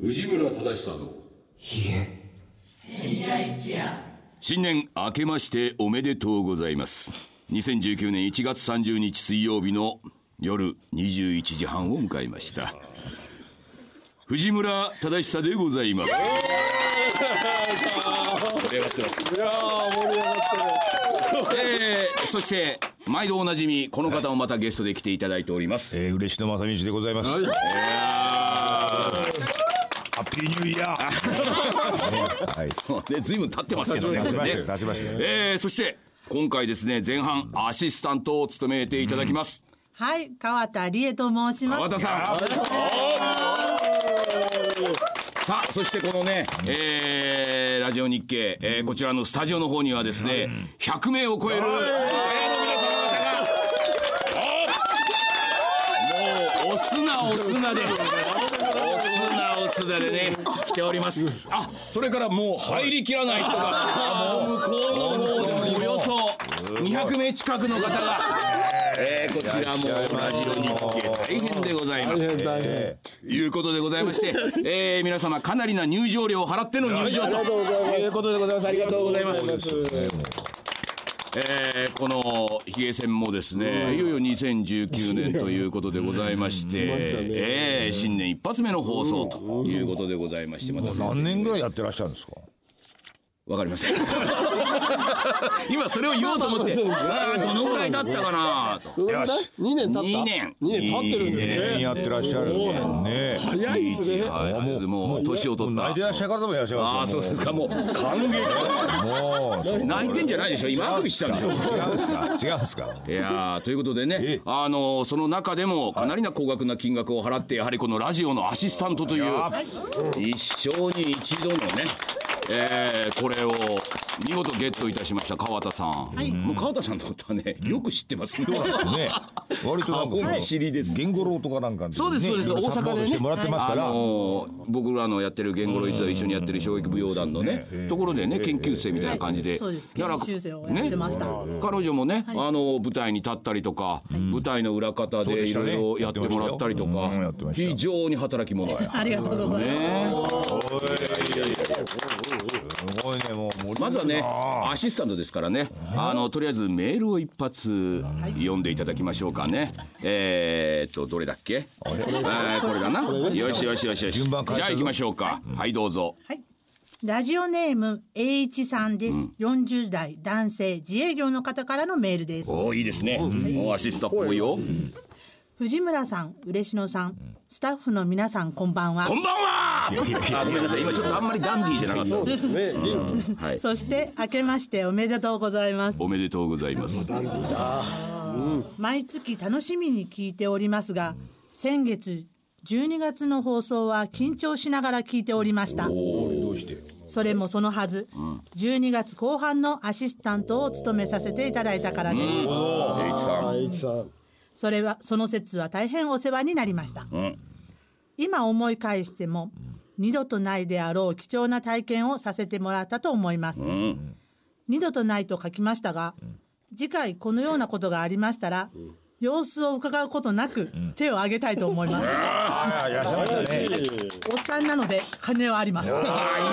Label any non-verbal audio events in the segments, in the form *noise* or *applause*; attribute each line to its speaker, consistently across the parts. Speaker 1: 藤村忠久の
Speaker 2: ひげ
Speaker 3: 新年明けましておめでとうございます2019年1月30日水曜日の夜21時半を迎えました藤村忠久でございます
Speaker 4: いやー盛り上がってる
Speaker 3: えーそして毎度おなじみこの方もまたゲストで来ていただいております
Speaker 5: えー、嬉野正道でございます。ハッピーニューイヤー。
Speaker 3: ねずいぶん経ってますけどね
Speaker 5: 立ち
Speaker 3: こ
Speaker 5: ま
Speaker 3: れ
Speaker 5: した
Speaker 3: ね
Speaker 5: よ、立ちましたよ。
Speaker 3: えーそして今回ですね前半アシスタントを務めていただきます
Speaker 6: はい、川田理恵と申しま
Speaker 3: 川
Speaker 6: す。
Speaker 3: 田さんさあそしてこのね、えーラジオ日経、えーこちらのスタジオの方にはですね、100名を超える親の皆様方がおもう押すな押すなで押すな押すなでね来ておりますあそれからもう入りきらない人がもう向こうの方でもおよそ200名近くの方が、えーこちらもラジオ日経大変でございます
Speaker 4: 大変
Speaker 3: いうことでございまして、えー皆様かなりな入場料を払っての入場ということでございます。ありがとうございます。えーこのヒゲ戦もですね、いよいよ2019年ということでございまして、えー新年一発目の放送ということでございまして、また先生
Speaker 5: 何年ぐらいやってらっしゃるんですか。
Speaker 3: わかりません。 *laughs* 今それを言おうと思って、うわーどのぐらいだったかなと。
Speaker 4: どのぐらい
Speaker 5: よし
Speaker 4: 2年経った
Speaker 3: 2年
Speaker 4: 2年経ってるんです
Speaker 5: 年
Speaker 4: ね
Speaker 5: やってらっしゃるんね。
Speaker 4: 早いですね
Speaker 3: はいはいもう年を取った
Speaker 5: 泣い。てらっしゃる方もいらっしゃい
Speaker 3: ああ
Speaker 5: ま
Speaker 3: ー
Speaker 5: す
Speaker 3: そう
Speaker 5: よ。
Speaker 3: ですかもう感激
Speaker 5: もう、もう
Speaker 3: 泣いてんじゃないでしょ今あくびしたんでしょ
Speaker 5: 違うんですか。違うんですか。
Speaker 3: いやーということでね
Speaker 5: え、
Speaker 3: あのーその中でもかなりな高額な金額を払って、やはりこのラジオのアシスタントという、一生に一度のね、えーこれを見事ゲットいたしました、川田さん。もう川田さんのことはね、よく知ってますね。
Speaker 5: ね。割となんかこ
Speaker 3: 顔
Speaker 5: う
Speaker 3: 見知りです
Speaker 5: 言語郎とかなんかね。
Speaker 3: そうですそうです
Speaker 5: いろいろ
Speaker 3: 大阪でね
Speaker 5: サポートしてもらってますか
Speaker 3: あ
Speaker 5: ら。
Speaker 3: のー僕らのやってる言語ロイズと一緒にやってる小劇舞踊団のね、ところでね、研究生みたいな感じで、
Speaker 6: そうです。
Speaker 3: だから
Speaker 6: 研修生をやってました。
Speaker 3: 彼女もね、あの舞台に立ったりとか、舞台の裏方
Speaker 5: そう
Speaker 3: で
Speaker 5: で
Speaker 3: い
Speaker 5: した
Speaker 3: ろ
Speaker 5: ね
Speaker 3: いろやってもらったりとか
Speaker 5: うんやってました
Speaker 3: 非常に働き者や。
Speaker 6: ありがとうございます。
Speaker 3: ね
Speaker 5: すごいね、もう盛り上がるな。
Speaker 3: まずはねアシスタントですからねあのとりあえずメールを一発読んでいただきましょうかねえー、っとどれだっけえーこれだなよしよしよしよし
Speaker 5: 順番変え
Speaker 3: じ
Speaker 5: てる
Speaker 3: ゃあ行きましょうかはいどうぞ
Speaker 6: はい。ラジオネーム栄一さんです。40代男性自営業の方からのメールです。
Speaker 3: おーいいですねもうアシスタントっぽいよ
Speaker 6: 藤村さん、嬉野さん、スタッフの皆さんこんばんは
Speaker 3: こ。んばんはあごめんなさい今ちょっとあんまりダンディーじゃなかった
Speaker 4: ね元気
Speaker 3: はい
Speaker 6: そして明けましておめでとうございます。
Speaker 3: おめでとうございます
Speaker 6: 毎月楽しみに聞いておりますが、先月12月の放送は緊張しながら聞いておりました。それもそのはず、12月後半のアシスタントを務めさせていただいたからです。
Speaker 3: 栄一さん
Speaker 4: あいつさん
Speaker 6: それはその説は大変お世話になりました、今思い返しても二度とないであろう貴重な体験をさせてもらったと思います、二度とないと書きましたが、次回このようなことがありましたら、様子を伺うことなく手を挙げたいと思います、
Speaker 5: あいらっしゃいましたね。
Speaker 6: おっさんなので金はあります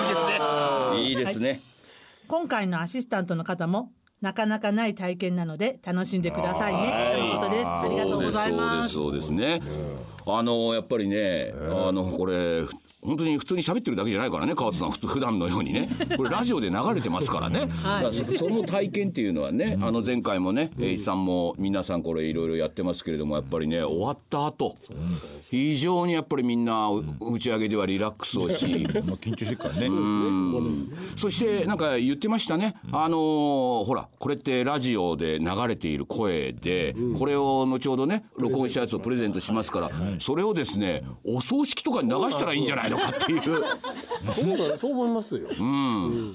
Speaker 3: あいいですね。いいですね。
Speaker 6: 今回のアシスタントの方もなかなかない体験なので楽しんでくださいねとのことですありがとうございます
Speaker 3: そうですそうですそうですね。あのやっぱりね、あのこれ。本当に普通に喋ってるだけじゃないからね川田さんふ普段のようにねこれラジオで流れてますから
Speaker 6: *laughs*
Speaker 3: ね、だからそその体験っていうのはねあの前回もね栄一さんも皆さんこれいろいろやってますけれどもやっぱりね終わった後非常にやっぱりみんなう打ち上げではリラックスを
Speaker 6: *laughs*
Speaker 3: し
Speaker 5: まあ緊張してるからね。
Speaker 3: そしてなんか言ってましたね、あのーほらこれってラジオで流れている声で、これを後ほどね録音したやつをプレゼントしますから、それをですねお葬式とかに流したらいいんじゃないのかって *laughs* いう
Speaker 4: そうだそう思いますよ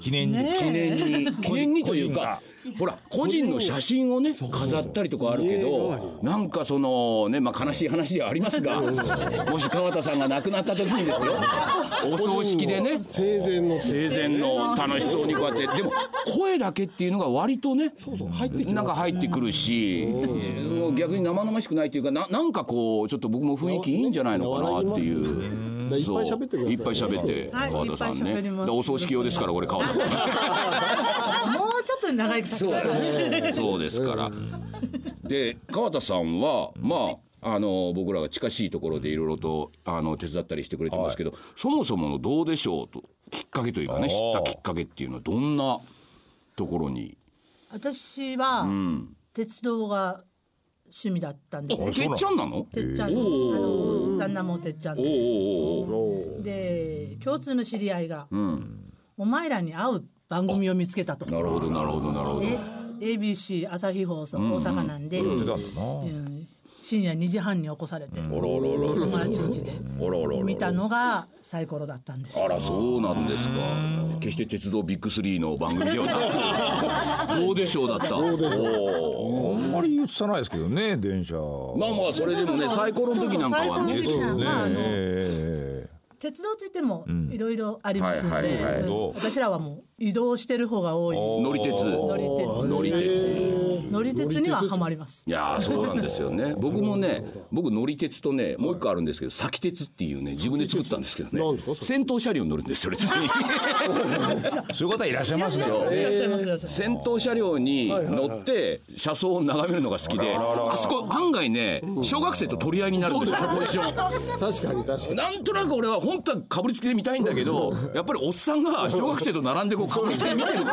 Speaker 5: 記念に。
Speaker 3: 記念に記念にというかほら個人の写真をね飾ったりとかあるけどなんかそのねまあ悲しい話ではありますがもし川田さんが亡くなった時にですよお葬式でね
Speaker 4: 生前の
Speaker 3: 生前の楽しそうにこうやってでも声だけっていうのが割とね入ってなんか入ってくるし逆に生々しくないというかななんかこうちょっと僕も雰囲気いいんじゃないのかなっていう。
Speaker 4: いっぱい喋ってください。
Speaker 3: いっぱい喋って、
Speaker 6: はい
Speaker 3: 川田さん
Speaker 6: いっぱ
Speaker 3: ね。
Speaker 6: い喋ります
Speaker 3: でお葬式用ですから、これ川田さん。
Speaker 6: もうちょっと長いくさせてください
Speaker 3: そうですから。で川田さんはまああの僕らが近しいところでいろいろとあの手伝ったりしてくれてますけど、そもそものどうでしょうときっかけというかね
Speaker 5: あ
Speaker 3: 知
Speaker 5: ー
Speaker 3: ったきっかけっていうのはどんなところに。
Speaker 6: 私は鉄道が趣味だったんです
Speaker 3: て
Speaker 5: あ
Speaker 3: っ
Speaker 5: そう
Speaker 3: ちゃ
Speaker 5: なの
Speaker 3: んなの？
Speaker 6: てっちゃんあの旦那もてっちゃん
Speaker 3: おうお
Speaker 6: で
Speaker 3: うおう
Speaker 6: で共通の知り合いが、お前らに会う番組を見つけたと
Speaker 3: なるほどなるほどなるほど。
Speaker 6: え ABC 朝日放送、大阪なんで、
Speaker 5: 出たんだな
Speaker 6: うん深夜2時半に起こされて、
Speaker 3: おろおろおろおろ
Speaker 6: 友達ん家で
Speaker 3: おろおろおろ
Speaker 6: 見たのがサイコロだったんです
Speaker 3: あらそうなんですか。決して鉄道ビッグスリーの番組ではなく、どうでしょうだった。おう
Speaker 5: あんまり言ってたないですけどね電車ま
Speaker 3: まあまあそれでもねサイコロの時なんかは
Speaker 6: そうそうそうサイコロの
Speaker 3: ね
Speaker 6: 時。まあまああの
Speaker 5: え
Speaker 6: 鉄道といってもいろいろありますんで、
Speaker 3: はいはいはい
Speaker 6: うん私らはもう移動してる方が多い
Speaker 3: 乗り鉄。
Speaker 6: 乗り鉄
Speaker 3: 乗り鉄。
Speaker 6: 乗り鉄にはハマります
Speaker 3: いやーそうなんですよね。僕もね、僕乗り鉄とね、もう一個あるんですけど、先鉄っていうね、自分で作ったんですけどね
Speaker 4: 何ですか。それ
Speaker 3: 先頭車両に乗るんですよ、別に。
Speaker 5: えそういう方いらっしゃいますね
Speaker 6: いらっしゃいますいらっしゃいます
Speaker 3: 先頭車両に乗って、車窓を眺めるのが好きで、あそこ案外ね、小学生と取り合いになるんですよ、ポジショ
Speaker 4: 確かに確か
Speaker 3: ン。
Speaker 4: に。
Speaker 3: なんとなく俺は本当はかぶりつきで見たいんだけど、やっぱりおっさんが小学生と並んでこうかぶりつきで見てると、ち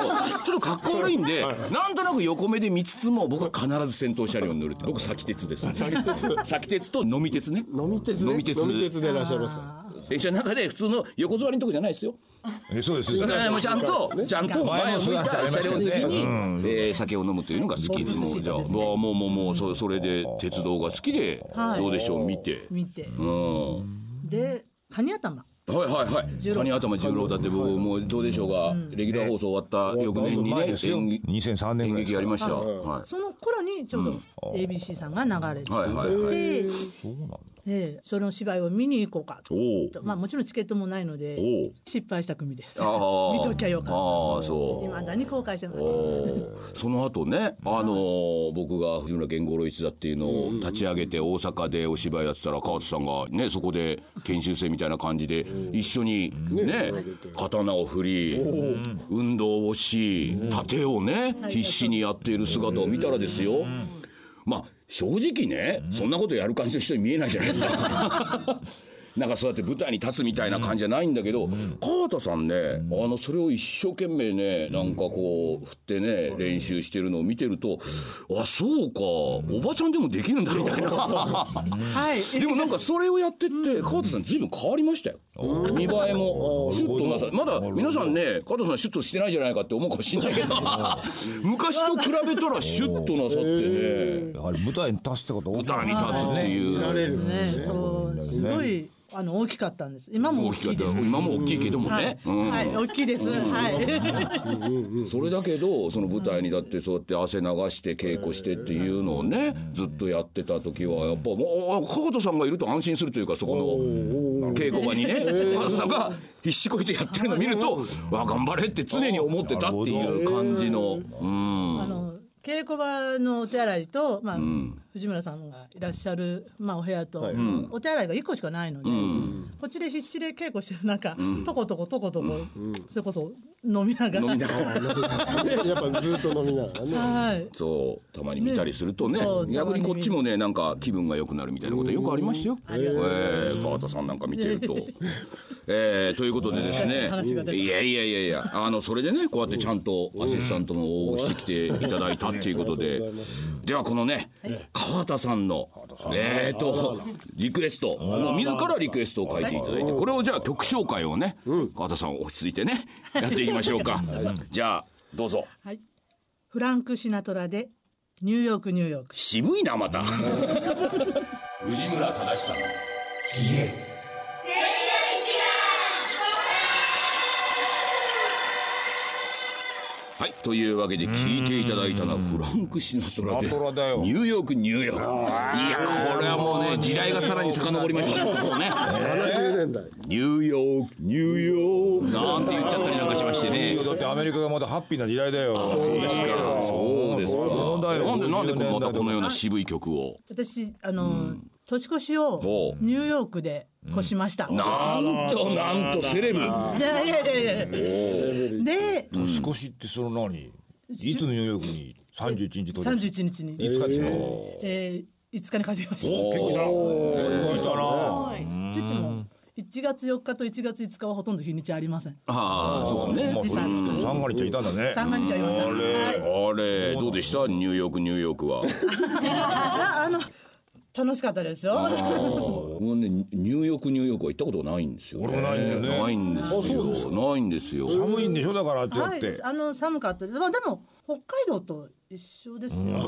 Speaker 3: ょっとかっこ悪いんで、なんとなく横目で見つつも、僕は必ず先頭車両に乗るって、僕先鉄です。先鉄と飲み鉄ね。
Speaker 4: 飲み鉄ね。
Speaker 3: 飲み鉄
Speaker 4: 飲み鉄でいらっしゃいますか
Speaker 3: 電車の中で普通の横座りのとこじゃないですよ。
Speaker 5: えそうです
Speaker 3: だからもうちゃんと、ちゃんと前を向いた車両の時に、えー酒を飲むというのが好きです。もうじゃあ、うわもうもうもうそそれで鉄道が好きで、
Speaker 6: はい
Speaker 3: どうでしょう見て。
Speaker 6: 見て、
Speaker 3: うん。
Speaker 6: でカニ頭
Speaker 3: はいはいはい。
Speaker 6: 十郎
Speaker 3: カニ頭十郎だって僕もうどうでしょうが、レギュラー放送終わった翌年に
Speaker 5: 前
Speaker 3: ね
Speaker 5: ですよ
Speaker 3: 演劇
Speaker 5: 2003年
Speaker 3: 演
Speaker 5: ぐらいで
Speaker 3: 劇
Speaker 5: すか
Speaker 3: やりました。はい
Speaker 6: その頃にちょうど ABC さんが流れてて、
Speaker 3: はいはいはい。
Speaker 6: でその芝居を見に行こうか
Speaker 3: おお。
Speaker 6: とまあもちろんチケットもないので
Speaker 3: おう
Speaker 6: 失敗した組です
Speaker 3: あー
Speaker 6: 見ときゃよかっ
Speaker 3: ああ
Speaker 6: た
Speaker 3: そう。
Speaker 6: 未だに後悔してます
Speaker 3: その後ね、あのー僕が藤村源五郎一座っていうのを立ち上げて大阪でお芝居やってたら川津さんがねそこで研修生みたいな感じで一緒にね刀を振り運動をし盾をね必死にやっている姿を見たらですよまあ正直ねそんなことやる感じの人に見えないじゃないですか。なんかそうやって舞台に立つみたいな感じじゃないんだけど、川田さんね、あのそれを一生懸命ねなんかこう振ってね練習してるのを見てるとあそうかおばちゃんでもできるんだみたいな
Speaker 6: はい
Speaker 3: でもなんかそれをやってって川田さん随分変わりましたよ見栄えもシュッとなさまだ皆さんね川田さんシュッとしてないじゃないかって思うかもしれないけど *laughs* 昔と比べたらシュッとなさってね
Speaker 5: やはり舞台に立つってこと
Speaker 3: 舞台に立つっていう
Speaker 4: られる。
Speaker 6: ねそうすごいあの大きかったんです今も
Speaker 3: 大
Speaker 6: 大
Speaker 3: きか
Speaker 6: き
Speaker 3: っ
Speaker 6: いで
Speaker 3: た
Speaker 6: す
Speaker 3: 今も大きいけども
Speaker 6: はい
Speaker 3: ね、うん
Speaker 6: はい、大きいです、はい
Speaker 3: それだけどその舞台にだってそうやって汗流して稽古してっていうのをねずっとやってた時はやっぱもう川田さんがいると安心するというかそこの稽古場にね川田さんが必死こいてやってるの見るとわ頑張れって常に思ってたっていう感じのうん
Speaker 6: あの稽古場のお手洗いと、まあ藤村さんがいらっしゃる、まあ、お部屋と、お手洗いが1個しかないので、こっちで必死で稽古してる *laughs* 中、とことことことこ、それこそ飲みながら
Speaker 3: 飲みながら
Speaker 4: ねやっぱずっと飲みながらね。
Speaker 6: はい、
Speaker 3: そうたまに見たりするとね
Speaker 6: ねそう
Speaker 3: 逆にこっちもねなんか気分が良くなるみたいなことよくありましたよ、え
Speaker 6: りがとうご
Speaker 3: ー川田さんなんか見てると。えーということでですね
Speaker 6: 難しい話が出た
Speaker 3: いやいやいやいやあのそれでねこうやってちゃんとアシスタントも応募してきていただいたっていうことでではこのね川田さんのえーとリクエストもう自らリクエストを書いていただいてこれをじゃあ曲紹介をね川田さん落ち着いてねやっていきましょう *laughs* かじゃあどうぞ
Speaker 6: はい、フランク・シナトラで「ニューヨークニューヨーク
Speaker 3: 渋いなま *laughs* た藤村忠さんはいというわけで聞いていただいたのはフランク・シナトラで
Speaker 5: シナトラだよ
Speaker 3: ニューヨークニューヨークいやこれはもうね時代がさらに遡りましたねもうね
Speaker 4: 70年代。
Speaker 3: ニューヨークニューヨークなんて言っちゃったりなんかしまして
Speaker 5: いい
Speaker 3: ね
Speaker 5: よ。だってアメリカがまだハッピーな時代だよ。
Speaker 3: そうですか。そうですか。なんでなんでこのまたこのような渋い曲を。
Speaker 6: 私あの、年越しを
Speaker 3: ほう
Speaker 6: ニューヨークで越しました、
Speaker 3: なんとなんとセレブ。
Speaker 6: いやいやいやいやで
Speaker 5: 年越しってその何？いつのニューヨークに三十一日と。い
Speaker 6: 31日に、
Speaker 5: つ帰ってきたの？
Speaker 6: えー、5日に帰ってきました
Speaker 3: お
Speaker 6: っ
Speaker 5: 結
Speaker 6: て
Speaker 5: 構だ。結婚したな。
Speaker 6: 言っても1月4日と1月5日はほとんど日にちありません
Speaker 3: ああそうね
Speaker 5: まあ。
Speaker 6: 時差
Speaker 5: 三が日ちゃんいたんだね。
Speaker 6: 三が日ちゃんいましたはい
Speaker 3: あれどうでしたニューヨークニューヨークは。
Speaker 6: ああの楽しかったですよ
Speaker 3: もうねニューヨークニューヨークは行ったことないんですよね。
Speaker 5: 俺もないんだよね
Speaker 3: ないんですよ。ないんですよ。
Speaker 5: 寒いんでしょだからあっちだって
Speaker 6: はい。あの寒かったですまあでも北海道と一緒ですよ、
Speaker 3: あ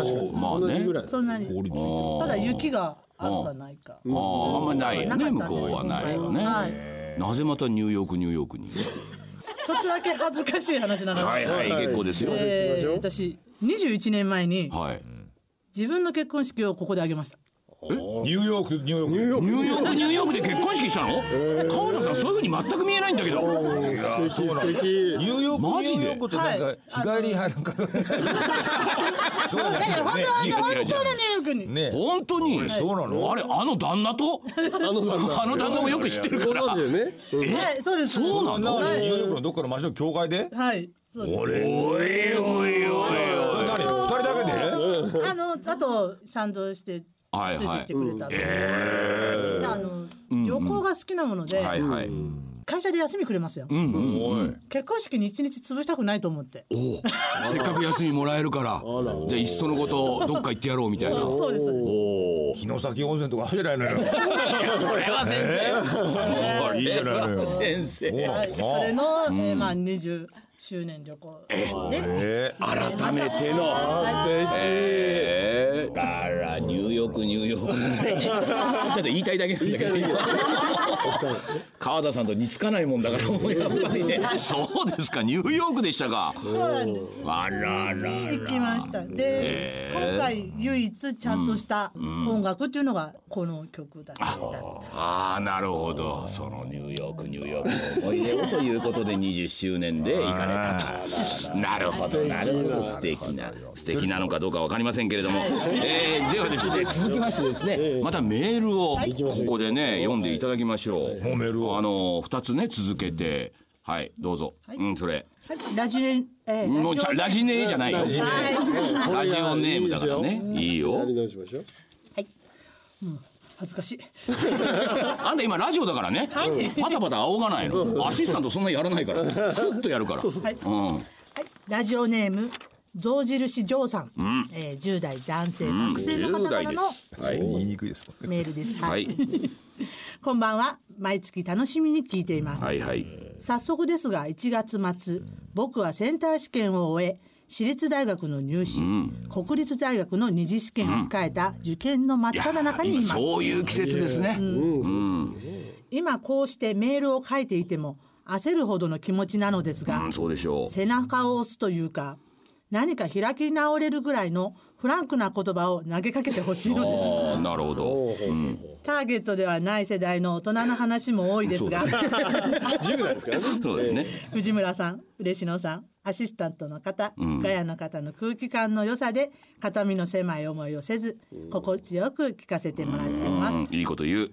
Speaker 4: 確かに
Speaker 3: まあね
Speaker 4: 同じぐらい
Speaker 6: そんなに
Speaker 5: 氷ついてる。
Speaker 6: ただ雪があるかないか、
Speaker 3: あああんまりないよね
Speaker 6: なか
Speaker 3: 向
Speaker 6: ったです
Speaker 3: こうはないよね
Speaker 6: はい。
Speaker 3: なぜまたニューヨークニューヨークに。
Speaker 6: ちょっとだけ恥ずかしい話なので、
Speaker 3: はいはい結構ですよ。
Speaker 6: えー私21年前に
Speaker 3: はい。
Speaker 6: 自分の結婚式をここで挙げました
Speaker 5: ニューヨークニューヨーク。
Speaker 3: ニューヨークニューヨークで結婚式したの？川田さんそういう風に全く見えないんだけど。
Speaker 4: 素敵素敵
Speaker 5: ニューヨーク
Speaker 3: マジで
Speaker 5: ニューヨークってなん
Speaker 6: はい
Speaker 5: か日帰りはなんかそうだ
Speaker 6: だから本当はね本当のニューヨークに
Speaker 5: ねね
Speaker 3: 本当に。
Speaker 5: そうなの
Speaker 3: あれあの旦那と
Speaker 4: あの旦那
Speaker 3: あの旦那もよく知ってるか
Speaker 4: ご
Speaker 3: ら。
Speaker 4: 存知でね
Speaker 6: はい、そうです。
Speaker 3: そうなの
Speaker 5: な
Speaker 6: はい
Speaker 5: ニューヨークのどっかの街の教会で
Speaker 6: はい。そうで
Speaker 3: おいお
Speaker 5: 俺
Speaker 3: いおいおい。
Speaker 5: 何二人だけで、
Speaker 6: す。あの、あと、賛同して、つ
Speaker 3: はい
Speaker 6: い
Speaker 3: は
Speaker 6: て
Speaker 3: い
Speaker 6: きて。くれた。であの、旅行が好きなもので、
Speaker 3: はいはい。
Speaker 6: 会社で休みくれますよ。
Speaker 5: おい
Speaker 6: 結婚式に一日潰したくないと思って。
Speaker 3: おおせっかく休みもらえるからじゃあいっそのことどっか行ってやろうみたいなお
Speaker 6: そうです。そうです
Speaker 3: お
Speaker 5: 城崎温泉とかあるじゃないのよ
Speaker 3: それは先生そ
Speaker 5: いいじゃないのよ
Speaker 3: 先生
Speaker 6: はい、それの、えーまあ、二十周年旅行で。
Speaker 5: え
Speaker 3: 改めてのえーあらニューヨークニューヨークちょっと言いたいだけなんだけど川田さんと似つかないもんだからもうやっぱりねそうですかニューヨークでしたか
Speaker 6: そうなんです。
Speaker 3: あらら
Speaker 6: 行きました。で、今回唯一ちゃんとした音楽っていうのが、この曲だった。
Speaker 3: ああなるほどそのニューヨークニューヨークの思い出をということで20周年で行かれたとなるほどなるほど素敵な素敵なのかどうかわかりませんけれども、えーではですね続きましてですねまたメールをここでね読んでいただきましょう
Speaker 5: もうメールを
Speaker 3: あの2つね続けてはいどうぞ、うんそれ
Speaker 6: はいラジエ、えー
Speaker 3: もうちゃラジネーじゃないよ
Speaker 4: ラジネ
Speaker 3: ラジオネームだからねいい
Speaker 4: や
Speaker 3: よ
Speaker 4: り直しましょう
Speaker 6: 恥ずかしい。
Speaker 3: あんた今ラジオだからね、パタパタ仰がないのアシスタントそんなやらないからスッとやるから
Speaker 6: はい
Speaker 3: うん
Speaker 6: はい、ラジオネーム象印ジョーさん、えー、10代男性学生の
Speaker 3: 10
Speaker 6: 方か
Speaker 3: 代
Speaker 6: ら
Speaker 3: で
Speaker 6: の
Speaker 3: す。はい。
Speaker 5: 言いにくいですもんね
Speaker 6: メールです。は
Speaker 3: はい
Speaker 6: い、こんばんは。毎月楽しみに聞いています。
Speaker 3: はいはい。
Speaker 6: 早速ですが1月末僕はセンター試験を終え私立大学の入試、国立大学の二次試験を控えた受験の真っ只中にい
Speaker 3: 今
Speaker 6: ます。
Speaker 3: そういう季節ですね。
Speaker 6: 今こうしてメールを書いていても焦るほどの気持ちなのですが、
Speaker 3: うん、そうでしょう。
Speaker 6: 背中を押すというか何か開き直れるぐらいのフランクな言葉を投げかけてほしいのです
Speaker 3: ああ、なるほど。
Speaker 6: ターゲットではない世代の大人の話も多いですが
Speaker 4: 10代ですからね
Speaker 3: *laughs* そうですね。
Speaker 6: 藤村さん嬉野さんアシスタントの方、ガヤの方の空気感の良さで肩身の狭い思いをせず心地よく聞かせてもらっています
Speaker 3: うんいいこと言う。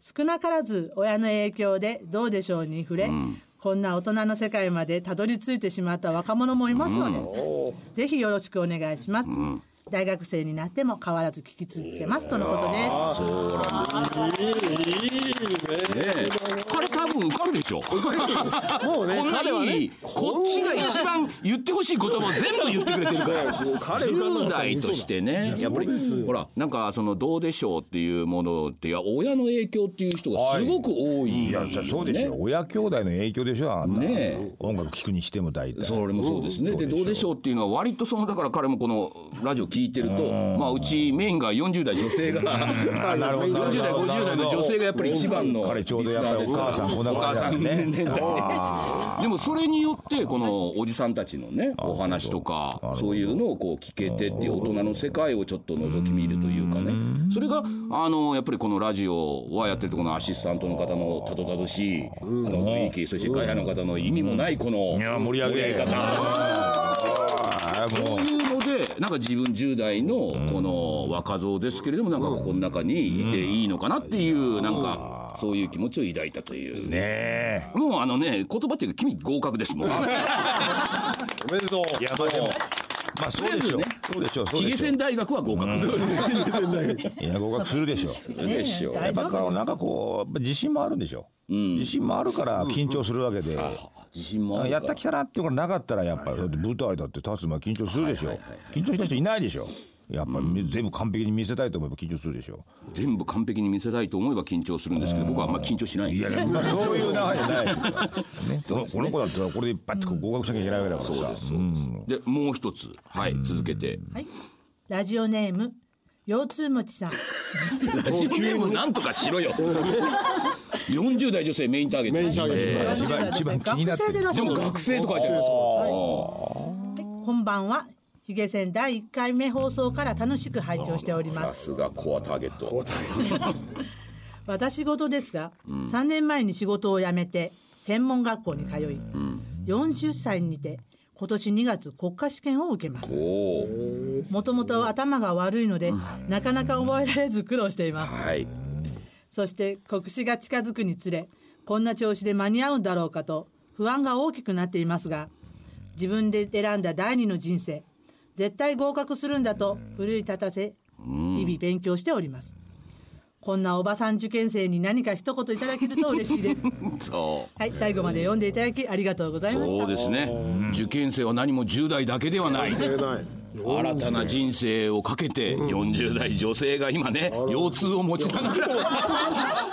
Speaker 6: 少なからず親の影響でどうでしょうに触れ、こんな大人の世界までたどり着いてしまった若者もいますので、ぜひよろしくお願いします、大学生になっても変わらず聞き続けますとのことです
Speaker 3: ねえ、これ多分受かるでしょ。
Speaker 4: もうね
Speaker 3: こん
Speaker 4: 彼は
Speaker 3: ないい
Speaker 4: ね、
Speaker 3: こっちが一番言ってほしい言葉を全部言ってくれてるから。
Speaker 4: 彼受かん
Speaker 3: 10
Speaker 4: なかったら
Speaker 3: 代としてね、やっぱりほらなんかそのどうでしょうっていうものっていや親の影響っていう人がすごく多い。
Speaker 5: いやそそうでしょ、親兄弟の影響でしょあんた
Speaker 3: ねえ
Speaker 5: 音楽聴くにしても大体
Speaker 3: それもそうですね。でどうでしょうっていうのは割とそのだから彼もこのラジオ聞いてると、まあうちメインが40代女性が
Speaker 5: あなるほど
Speaker 3: 40代50代の女性がやっぱり一番の
Speaker 5: 彼
Speaker 3: リ
Speaker 5: ちょうど
Speaker 3: ス
Speaker 5: やっ
Speaker 3: ナ
Speaker 5: ぱ
Speaker 3: ー
Speaker 5: り
Speaker 3: で
Speaker 5: お
Speaker 3: すか
Speaker 5: 母さんこのだ
Speaker 3: お
Speaker 5: から
Speaker 3: 母さんね年代でもそれによってこのおじさんたちのねお話とかそういうのをこう聞けてっていう大人の世界をちょっと覗き見るというかねそれがあのやっぱりこのラジオはやってるとこのアシスタントの方のたどたどしいこの雰囲気そして外野の方の意味もないこの
Speaker 5: いや盛り上げ
Speaker 3: 方
Speaker 5: あーも
Speaker 3: こ
Speaker 5: う
Speaker 3: ういうのでなんか自分10代のこの若造ですけれどもなんかここの中にいていいのかなっていうなんかそういう気持ちを抱いたという
Speaker 5: ねえ
Speaker 3: もうあのね言葉っていうか君合格ですもん
Speaker 4: おめでとう
Speaker 5: いやもうまあそうでしょう
Speaker 3: ね
Speaker 5: そうでしょうそう
Speaker 3: ヒ
Speaker 5: で
Speaker 3: ゲ
Speaker 5: しょ
Speaker 3: セン大学は合格
Speaker 5: ういや合格するでしょう
Speaker 3: でしょう
Speaker 5: や
Speaker 6: 大
Speaker 5: っ
Speaker 6: 丈
Speaker 5: ぱこう
Speaker 6: 夫です
Speaker 5: なんかこう自信もあるんでしょう、自信もあるから緊張するわけで、
Speaker 3: 自信もある
Speaker 5: や
Speaker 3: か
Speaker 5: ったきたなっていうことなかったらやっぱ、だって舞台だって立つ前緊張するでしょ、緊張した人いないでしょやっぱ、全部完璧に見せたいと思えば緊張するでしょ
Speaker 3: 全部完璧に見せたいと思えば緊張するんですけど僕はあんま緊張しない
Speaker 5: いやいや、まあ、 *laughs* そういう流れじゃないですよ、ね、このこの子だったらこれでバッてこう合格しなきゃいけないわけだからさ
Speaker 3: そうですそうですでもう一つはい続けて
Speaker 6: はい、ラジオネーム腰痛持ちさん
Speaker 3: ラ *laughs* ジオネームなんとかしろよ40代女性メインターゲット
Speaker 4: メインターゲット
Speaker 5: えー一番一番気になって
Speaker 6: 学生で
Speaker 5: る
Speaker 6: いらっし
Speaker 3: で
Speaker 6: ゃる
Speaker 3: も
Speaker 6: んです
Speaker 3: 学生と書いてあります
Speaker 6: こんばんはヒゲ戦第1回目放送から楽しく拝聴しており
Speaker 3: さ
Speaker 6: ます
Speaker 3: すがコアターゲット
Speaker 6: 私事ですが、3年前に仕事を辞めて専門学校に通い、40歳にて今年2月国家試験を受けます
Speaker 3: おー
Speaker 6: もともと頭が悪いので、なかなか覚えられず苦労しています
Speaker 3: はい
Speaker 6: そして国試が近づくにつれこんな調子で間に合うんだろうかと不安が大きくなっていますが自分で選んだ第二の人生絶対合格するんだと奮い立たせ日々勉強しておりますこんなおばさん受験生に何か一言いただけると嬉しいです
Speaker 3: *laughs* そう
Speaker 6: はい最後まで読んでいただきありがとうございました
Speaker 3: そうですね受験生は何も10代だけではない
Speaker 4: ない
Speaker 3: 新たな人生をかけて40代女性が今ね腰痛を持ちなが *laughs* ら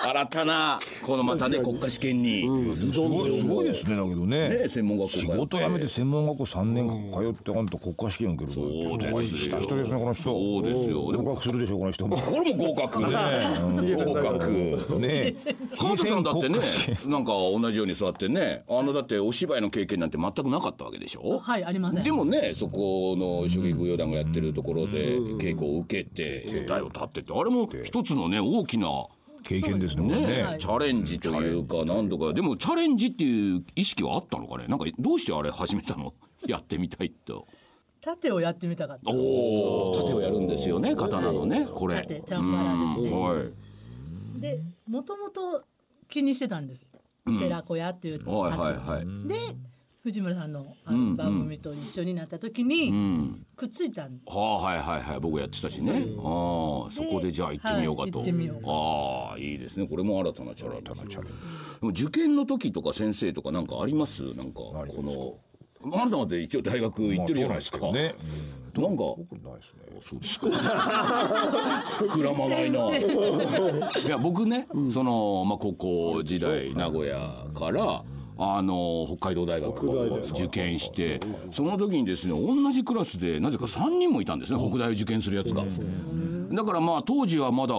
Speaker 3: 新たなこのまたね国家試験に
Speaker 5: すごいすごいですねだけどね
Speaker 3: ね専門学校
Speaker 5: 仕
Speaker 3: が
Speaker 5: 事辞めて専門学校三年間通ってあんた国家試験受ける
Speaker 3: そうですよ
Speaker 5: した人ですねこの人
Speaker 3: そうですよでも
Speaker 5: 合格するでしょこの人も
Speaker 3: これも合格合格
Speaker 5: ね
Speaker 3: 鎌田さん *laughs* だってね
Speaker 5: 国家試験
Speaker 3: なんか同じように座ってねあのだってお芝居の経験なんて全くなかったわけでしょ
Speaker 6: はいありません
Speaker 3: でもねそこの職業舞踊団がやってるところで稽古を受けて台を立ってってあれも一つのね大きな
Speaker 5: 経験ですねこれ
Speaker 3: ね、
Speaker 5: ね
Speaker 3: チャレンジというか何度かでもチャレンジっていう意識はあったのかねなんかどうしてあれ始めたの *laughs* やってみたいと
Speaker 6: 盾をやってみたかった
Speaker 3: おお盾をやるんですよね刀のねこれ
Speaker 6: 盾チャンバラですね
Speaker 3: はい
Speaker 6: でもともと気にしてたんです寺子屋っていう盾を
Speaker 3: はいはいはい
Speaker 6: で藤村さんのあの番組と一緒になった時にくっついたんで
Speaker 3: はあはいはいはい僕やってたしねああそこでじゃあ行ってみようかと、
Speaker 6: はい行ってみよう
Speaker 3: ああいいですねこれも新たなチャレンジでも受験の時とか先生とかなんかありますなんかこのあなたまで一応大学行ってるじゃないですか、
Speaker 5: まあそうなんです
Speaker 3: けどねなんか
Speaker 5: けどねないですね
Speaker 3: そうですか膨らまない *laughs* ないや僕ね、そのまあ高校時代名古屋からあの北海道大学を受験してその時にですね同じクラスでなぜか3人もいたんですね北大を受験するやつがだからまあ当時はまだあ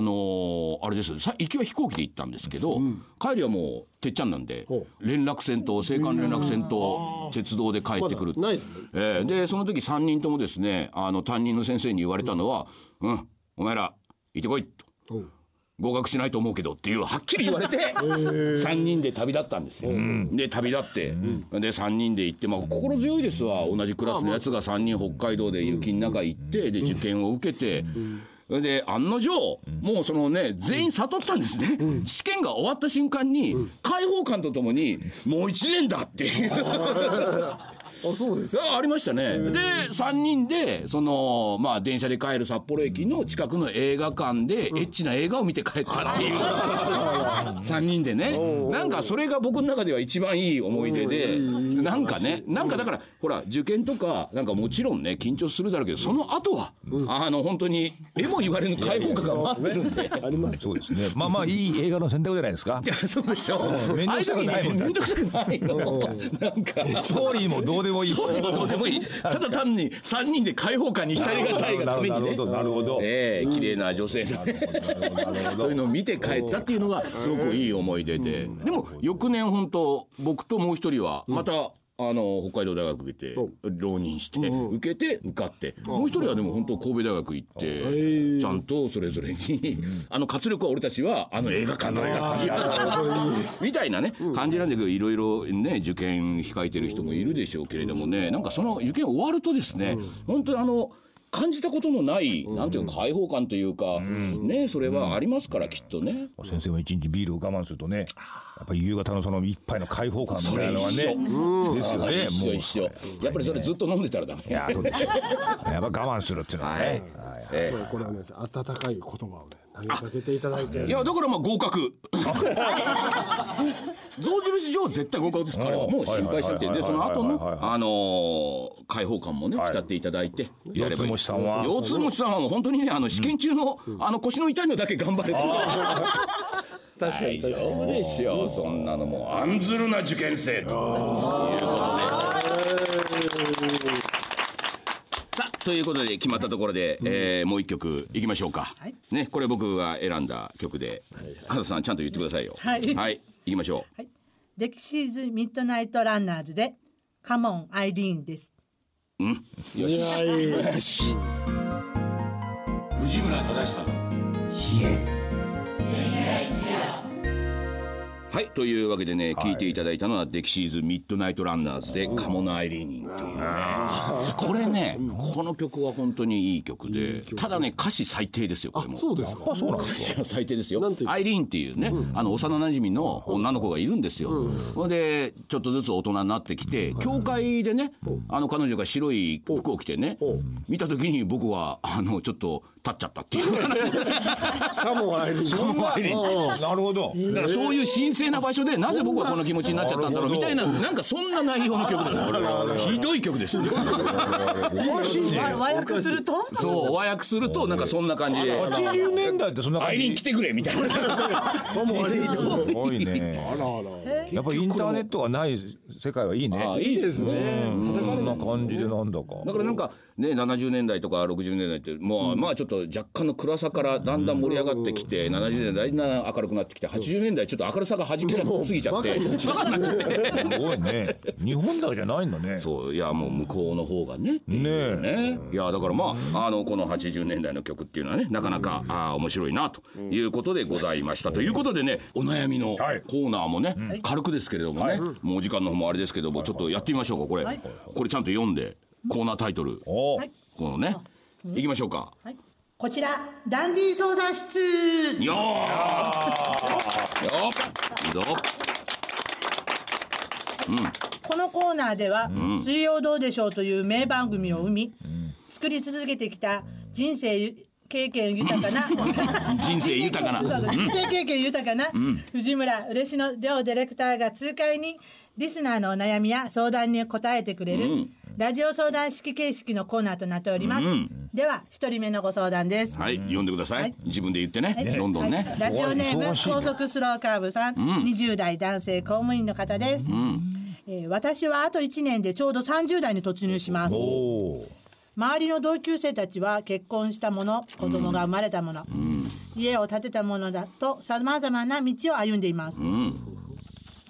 Speaker 3: のあれですさ行きは飛行機で行ったんですけど帰りはもうてっちゃんなんで連絡船と青函連絡船と鉄道で帰ってくるって
Speaker 4: ないですね
Speaker 3: えーでその時3人ともですねあの担任の先生に言われたのは「うん、お前ら行ってこい」と
Speaker 4: うん
Speaker 3: 「合格しないと思うけど」っていうはっきり言わ *laughs* れて3人で旅立ったんですよ。で旅立って、で3人で行って、まあ、心強いですわ同じクラスのやつが3人北海道で雪の中行ってで受験を受けて。で案の定、もうそのね全員悟ったんですね、試験が終わった瞬間に、解放感とともにもう1年だって *laughs* いう
Speaker 4: あそうです
Speaker 3: あありましたね。で3人でそのまあ電車で帰る札幌駅の近くの映画館でエッチな映画を見て帰ったっていう3人でねなんかそれが僕の中では一番いい思い出でなんかねなんかだからほら受験とかなんかもちろんね緊張するだろうけどその後はあの本当にえも言われぬ解放感が待ってるんで。
Speaker 4: あります
Speaker 5: そうですねまあまあいい映画の選択じゃないですか
Speaker 3: いやそうでしょ。
Speaker 5: ん面倒くさくないもん
Speaker 3: ああいう時ね面倒くさくないの。なんか。
Speaker 5: ストーリーもどうでもいいし。
Speaker 3: それはどうでもいい。ただ単に三人で開放感に浸りがたいがために
Speaker 5: なる
Speaker 3: ね
Speaker 5: ほ。どなるほど。
Speaker 3: ええ綺麗な女性だ *laughs* そういうのを見て帰ったっていうのがすごくいい思い出で、でも翌年本当僕ともう一人はまた、あの北海道大学受けて浪人して、受けて受かって、もう一人はでも本当神戸大学行って、ちゃんとそれぞれに、 *laughs* あの活力は俺たちはあの映画館の映画館 *laughs* みたいなね感じなんだけどいろいろね受験控えてる人もいるでしょうけれどもねなんかその受験終わるとですね、本当にあの感じたことのない、なんていうか開放感というか、ねそれはありますから、きっとね。
Speaker 5: 先生も一日ビールを我慢するとね、やっぱり夕方のその一杯の開放感み
Speaker 3: そ
Speaker 5: た
Speaker 3: れ
Speaker 5: いなのは
Speaker 3: 一緒、
Speaker 5: ね、ですよ
Speaker 3: あ
Speaker 5: ね。
Speaker 3: 一
Speaker 5: も
Speaker 3: 緒
Speaker 5: う
Speaker 3: 一緒。やっぱりそれずっと飲んでたらダメ。
Speaker 5: いやそうでしょ。やっぱ我慢するっていうのはね。はい
Speaker 3: え
Speaker 1: これこれはね温かい言葉をね投げかけていただいて
Speaker 3: えいやだからまあ合格。象印上は絶対合格です。彼はもう心配しなくて、
Speaker 5: はい
Speaker 3: で
Speaker 5: はい
Speaker 3: その
Speaker 5: はいはい
Speaker 3: 後
Speaker 5: はいはい
Speaker 3: のあのー開放感もね浸っていただいてやればいい。
Speaker 5: 四つ星さんは
Speaker 3: 四つ星さんはもう本当にねあの試験中のあの腰の痛いのだけ頑張れて。
Speaker 4: 確か
Speaker 3: 大
Speaker 4: に
Speaker 3: 丈
Speaker 4: 確かに
Speaker 3: 夫でしょうそんなのもう案ずるな受験生ということでさあということで決まったところで、えーもう一曲いきましょうか、
Speaker 6: はい
Speaker 3: ねこれ僕が選んだ曲で加藤さんちゃんと言ってくださいよ
Speaker 6: はい
Speaker 3: はい、いきましょう
Speaker 6: はい、デキシーズミッドナイトランナーズでカモンアイリーンです。
Speaker 3: よしよし藤村忠さんはいというわけでね、聞いていただいたのは「デキシーズミッドナイトランナーズ」で「カモナ・アイリーニン」というねこれねこの曲は本当にいい曲でただね歌詞最低ですよこれも。
Speaker 1: そうですか
Speaker 5: あそうなんですか。
Speaker 3: *laughs* 最低ですよ
Speaker 1: なんていう
Speaker 3: アイリーンっていうね、あの幼馴染の女の子がいるんですよ、ほんでちょっとずつ大人になってきて、教会でね、あの彼女が白い服を着てね、見た時に僕はあのちょっと立っちゃった *laughs* っていう話
Speaker 1: カモンアイリーン
Speaker 5: うまい。なるほど。
Speaker 3: だからそういう神聖な場所でなぜ僕はこの気持ちになっちゃったんだろうみたいななんかそんな内容の曲ですひどい曲です
Speaker 5: おかしいね。
Speaker 6: わ和訳すると
Speaker 3: そう和訳するとなんかそんな感じで
Speaker 5: 八十年代ってそん
Speaker 3: 「
Speaker 5: な
Speaker 3: ア
Speaker 5: 感
Speaker 3: イリーン来。
Speaker 5: じ
Speaker 3: てくれ」みたいな
Speaker 5: すごいね。
Speaker 1: あらあら
Speaker 5: やっぱりインターネットがない世界はいい
Speaker 3: *laughs*
Speaker 5: ね。
Speaker 3: あいいですね
Speaker 5: そんな感じでなんだか。
Speaker 3: だからなんかね70年代とか60年代ってもうまあちょっと若干の暗さからだんだん盛り上がってきて70年代だんだん明るくなってきて80年代ちょっと明るさがはじけなすぎちゃってバカになっちゃって
Speaker 5: すごいね。日本だけじゃないんだね。
Speaker 3: そういやもう向こうの方がね
Speaker 5: ねえ。
Speaker 3: ね、いやだからまああのこの80年代の曲っていうのはねなかなか、あー面白いなということでございました、ということでねお悩みのコ
Speaker 5: はい
Speaker 3: ーナーもね、軽くですけれどもね、もう時間の方もあれですけども、ちょっとやってみましょうかこれ、
Speaker 6: はい
Speaker 3: これちゃんと読んでコーナータイトルこ
Speaker 5: お。
Speaker 6: はい、
Speaker 3: のね、いきましょうか。
Speaker 6: はい、こちらダンディ相談室
Speaker 3: よーよーいいぞ
Speaker 6: このコーナーでは「水曜どうでしょう」という名番組を生み、作り続けてきた人生経験豊か
Speaker 5: *laughs*
Speaker 6: な
Speaker 3: 人生豊かな
Speaker 6: そうそう人生経験豊かな藤村嬉野両ディレクターが痛快にリスナーのお悩みや相談に答えてくれる、ラジオ相談式形式のコーナーとなっております、では一人目のご相談です、
Speaker 3: はい読んでください、
Speaker 6: はい
Speaker 3: 自分で言ってね、
Speaker 6: はい
Speaker 3: どんどんね、
Speaker 6: はいラジオネーム
Speaker 5: 忙しいね
Speaker 6: 高速スローカーブさん、20代男性公務員の方です、えー私はあと1年でちょうど30代に突入します
Speaker 5: おー
Speaker 6: 周りの同級生たちは結婚したもの子供が生まれたもの、家を建てたものだとさまざまな道を歩んでいます、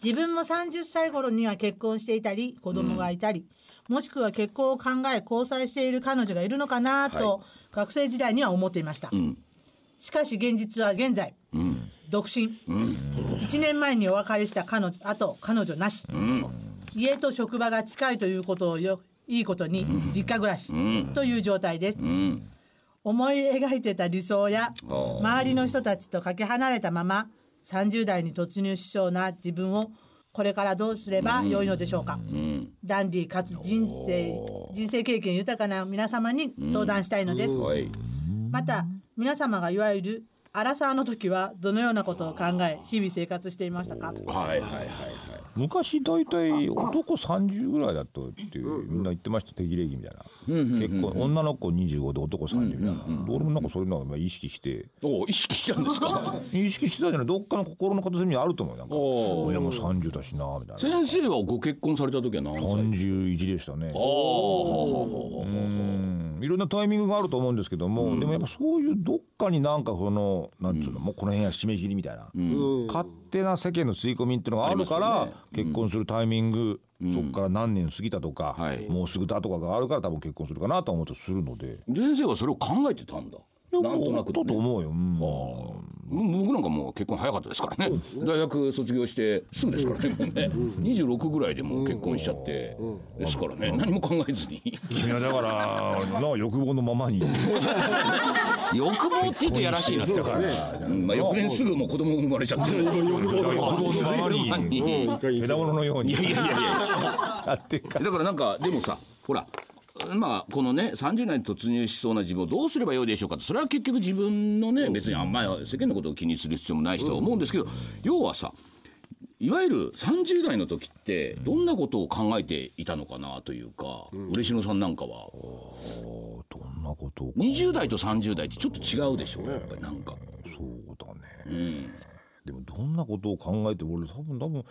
Speaker 6: 自分も30歳頃には結婚していたり子供がいたり、もしくは結婚を考え交際している彼女がいるのかなと、
Speaker 3: は
Speaker 6: 学生時代には思っていました、しかし現実は現在、独身、1年前にお別れした彼女あと彼女なし、家と職場が近いということをよいいことに実家暮らしという状態です、
Speaker 3: うん
Speaker 6: 思い描いてた理想や
Speaker 3: あー
Speaker 6: 周りの人たちとかけ離れたまま30代に突入しそうな自分をこれからどうすれば良いのでしょうか、ダンディかつ人生人生経験豊かな皆様に相談したいのです、
Speaker 3: はい
Speaker 6: また皆様がいわゆるアラサーの時はどのようなことを考え日々生活していましたか
Speaker 3: はいはいはいはい
Speaker 5: 昔大体男30ぐらいだとっていうみんな言ってました適齢期みたいな結構女の子25で男30みたいな俺もなんかそういうのは意識して
Speaker 3: おう意識したんですか
Speaker 5: 意識してたじゃないどっかの心の片隅にあると思うよなんか
Speaker 3: お
Speaker 5: 親もう30だしなみたいな
Speaker 3: *laughs* 先生はご結婚された時は何歳
Speaker 5: 31でしたね
Speaker 3: ああ
Speaker 5: うんいろんなタイミングがあると思うんですけども、でもやっぱそういうどっかになんかそのなんつうの、もうこの辺は締め切りみたいな、勝手な世間の吸い込みっていうのがあるから、
Speaker 3: ありますよ
Speaker 5: 結婚するタイミング、そこから何年過ぎたとか、
Speaker 3: はい
Speaker 5: もうすぐだとかがあるから多分結婚するかなと思ってするので。
Speaker 3: 先生はそれを考えてたんだ
Speaker 5: いや
Speaker 3: なんとなく
Speaker 5: だ
Speaker 3: だ
Speaker 5: と
Speaker 3: ね
Speaker 5: 思うよ、うん
Speaker 3: もう僕なんかもう結婚早かったですからね大学卒業してすぐですからね *laughs* もうね26ぐらいでもう結婚しちゃってですからね何も考えずに
Speaker 5: 君はだからな欲望のままに
Speaker 3: 欲望って言うとやらしいなって
Speaker 1: そうですね
Speaker 3: うんまあ翌年すぐもう子供生まれちゃってる
Speaker 1: 欲望の
Speaker 5: *laughs* 欲望のままに
Speaker 3: いやい
Speaker 5: *laughs* 枝物のように
Speaker 3: やいやいや
Speaker 5: やってっか
Speaker 3: だからなんかでもさほらまあこのね30代に突入しそうな自分をどうすればよいでしょうかってそれは結局自分のね別にあんまり世間のことを気にする必要もない人は思うんですけど要はさいわゆる30代の時ってどんなことを考えていたのかなというか嬉野さんなんかは
Speaker 5: どんなことを
Speaker 3: 20代と30代ってちょっと違うでしょやっぱりなんか。
Speaker 5: そうだね、でもどんなことを考えて俺多分多分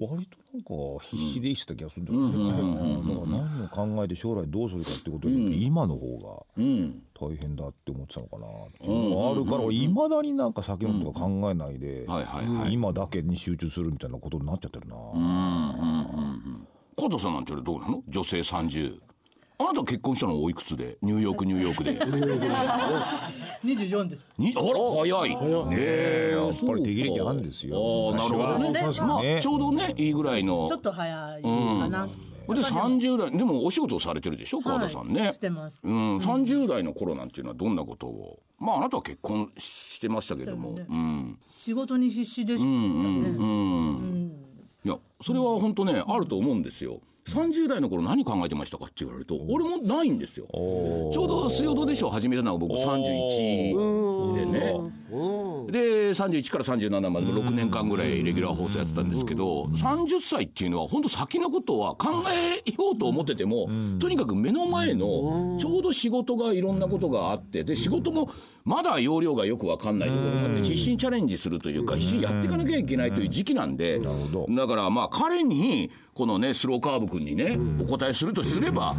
Speaker 5: 割となんか必死で生きてた気がするんだよねだから何を考えて将来どうするかってことより今の方
Speaker 3: うん
Speaker 5: が大変だって思ってたのかなっていうのがあるからいまだになんか先のことか考えないで
Speaker 3: はいはいはい
Speaker 5: 今だけに集中するみたいなことになっちゃってるな
Speaker 3: 加藤さんなんてどうなの女性30あなた結婚したのおいくつでニューヨークニューヨークで
Speaker 5: *laughs*
Speaker 6: 24です
Speaker 3: にあら早いねえや
Speaker 5: っぱり適齢期あるんですよ
Speaker 3: ああなるほどね
Speaker 6: 昔はね
Speaker 3: ま
Speaker 5: ね
Speaker 3: あちょうどねいいぐらいの
Speaker 6: ちょっと早いかな、
Speaker 3: で30代でもお仕事をされてるでしょ川田さんね、
Speaker 6: はいしてます
Speaker 3: うん、30代の頃なんていうのはどんなことをまああなたは結婚してましたけども、
Speaker 6: してる
Speaker 3: うん
Speaker 6: 仕事に必死でしたね、
Speaker 3: いやそれは本当ね、あると思うんですよ30代の頃何考えてましたかって言われると、俺もないんですよちょうど「水曜どうでしょう」始めたのが僕31でねで31から37まで6年間ぐらいレギュラー放送やってたんですけど30歳っていうのは本当先のことは考えようと思っててもとにかく目の前のちょうど仕事がいろんなことがあってで仕事もまだ要領がよく分かんないところがあって必死にチャレンジするというか必死にやっていかなきゃいけないという時期なんでだからまあ彼にこのねスローカーブ君にねお答えするとすれば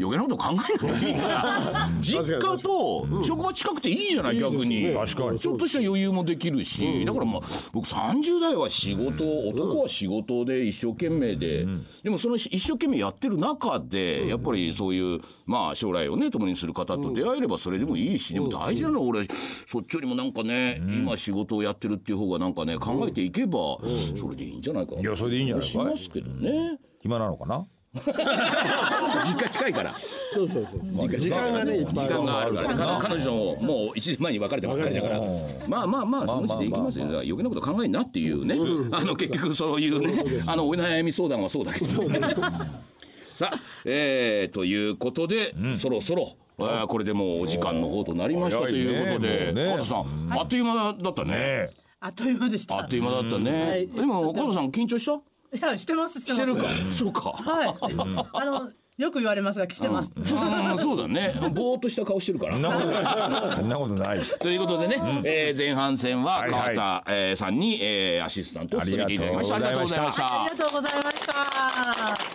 Speaker 3: 余計なこと考えなくていいから実家と職場近くていいじゃない逆に。
Speaker 5: 確かに
Speaker 3: ちょっとした余裕もできるし、だからまあ僕30代は仕事、男は仕事で一生懸命で、でもその一生懸命やってる中で、やっぱりそういうまあ将来をね共にする方と出会えればそれでもいいし、でも大事なのは俺そっちよりもなんかね、今仕事をやってるっていう方がなんかね考えていけば、それでいいんじゃないか。
Speaker 5: いやそれでいいんじゃない
Speaker 3: し
Speaker 5: か
Speaker 3: ますけどね。
Speaker 5: 暇なのかな
Speaker 3: 実家近いから。
Speaker 1: そうそうそうそう
Speaker 3: 時間がね、
Speaker 1: いっぱい
Speaker 3: 時間があるからね、彼彼女ももう一年前に別れてばっかりだから。まあまあまあ、そのうちでいきますよ、だから余計なこと考えんなっていうね、あの結局そういうね、あのお悩み相談はそうだけどね。さあ、えーということで、そろそろ。あーこれでもうお時間の方となりましたと
Speaker 5: 早いね
Speaker 3: いうことで、
Speaker 5: も
Speaker 3: 加
Speaker 5: うね
Speaker 3: 藤さん、あっという間だったね。
Speaker 5: ええ
Speaker 6: あっという間でした
Speaker 3: あっという間だったね。
Speaker 6: はい
Speaker 3: でも加藤さん緊張した？
Speaker 6: いやしてますしてま
Speaker 3: し
Speaker 6: す
Speaker 3: てるか。そうか。
Speaker 6: はいあのよく言われますがしてます、
Speaker 3: うん、そうだね。ぼーっとした顔してるから
Speaker 5: そん。なこと *laughs* ないそんなことない
Speaker 3: ということでね、えー前半戦は
Speaker 5: はい
Speaker 3: 川
Speaker 5: はい
Speaker 3: 田、えーさんに、えーアシスタントを務めていただきました。あ
Speaker 5: あ
Speaker 3: り
Speaker 5: り
Speaker 3: が
Speaker 5: が
Speaker 3: と
Speaker 5: と
Speaker 3: う
Speaker 5: う
Speaker 3: ご
Speaker 5: ご
Speaker 3: ざ
Speaker 5: ざ
Speaker 3: い
Speaker 5: い
Speaker 3: ま
Speaker 5: ま
Speaker 3: し
Speaker 5: した
Speaker 6: あ。りがとうございました